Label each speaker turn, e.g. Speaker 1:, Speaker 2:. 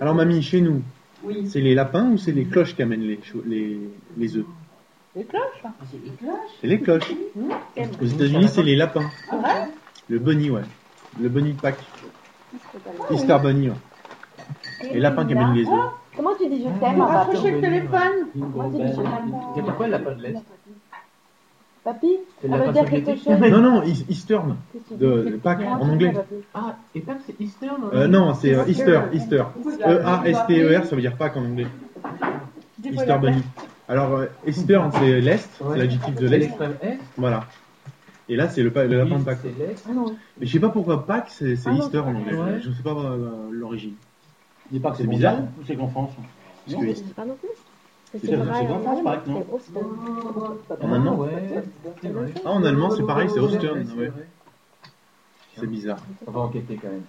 Speaker 1: Alors, mamie, chez nous,
Speaker 2: Oui.
Speaker 1: c'est les lapins ou c'est les cloches qui amènent les, chou- les, les œufs
Speaker 3: Les cloches
Speaker 2: Ah, C'est des cloches.
Speaker 1: C'est les cloches.
Speaker 3: C'est
Speaker 1: Aux États-Unis, c'est les lapins.
Speaker 3: vrai
Speaker 1: Le bunny, ouais. Le bunny de Pâques. Easter bunny, hein. ouais. Les lapins qui amènent les Ah, œufs.
Speaker 3: Ah, Comment tu dis je t'aime
Speaker 2: Vous
Speaker 3: en
Speaker 2: Rapprochez
Speaker 3: papi
Speaker 2: le téléphone.
Speaker 3: Moi, c'est du lapin.
Speaker 4: Et pourquoi elle n'a ben, pas de lettre
Speaker 3: Papi,
Speaker 4: C'est
Speaker 3: ça
Speaker 4: la
Speaker 3: veut dire quelque
Speaker 4: soviétique.
Speaker 3: chose
Speaker 1: Non, non, Eas- Eastern.
Speaker 3: Qu'est-ce que tu
Speaker 1: De-
Speaker 3: dis
Speaker 1: de Pâques,
Speaker 3: Qu'est-ce que tu
Speaker 1: en
Speaker 3: dis,
Speaker 1: anglais.
Speaker 3: papi
Speaker 4: Ah, et pas que c'est Easter, non
Speaker 1: Euh, non, c'est euh, Easter, Easter. E E-A-S-T-E-R,
Speaker 2: E-A-S-T-E-R.
Speaker 1: ça veut dire Pâques en anglais. Easter bunny. Alors, euh, Eastern, c'est l'Est, c'est
Speaker 4: Ouais.
Speaker 1: l'adjectif de
Speaker 4: C'est
Speaker 1: l'Est.
Speaker 4: l'extrême Est.
Speaker 1: Voilà. Et là, c'est le, pa- le
Speaker 4: oui,
Speaker 1: lapin de Pâques.
Speaker 4: C'est l'Est.
Speaker 3: Ah non.
Speaker 1: Mais je sais pas pourquoi Pâques, c'est c'est
Speaker 3: Ah non.
Speaker 1: Easter en anglais.
Speaker 4: Ouais.
Speaker 1: Je ne sais pas euh, l'origine.
Speaker 5: Dis pas que
Speaker 1: C'est
Speaker 5: c'est
Speaker 1: bizarre.
Speaker 5: bizarre ou c'est qu'en France hein.
Speaker 1: Parce
Speaker 3: Non,
Speaker 1: que
Speaker 3: mais
Speaker 1: East-
Speaker 3: c'est pas non plus. C'est
Speaker 5: C'est-
Speaker 3: pareil,
Speaker 5: c'est
Speaker 3: en
Speaker 5: en France,
Speaker 3: allemand,
Speaker 5: pareil, non
Speaker 3: c'est Ostern. oh,
Speaker 1: En allemand
Speaker 4: Ouais. c'est vrai.
Speaker 1: Ah, en allemand, c'est pareil, c'est Ostern.
Speaker 4: C'est
Speaker 1: ouais.
Speaker 4: vrai.
Speaker 1: C'est bizarre.
Speaker 4: On va enquêter quand même.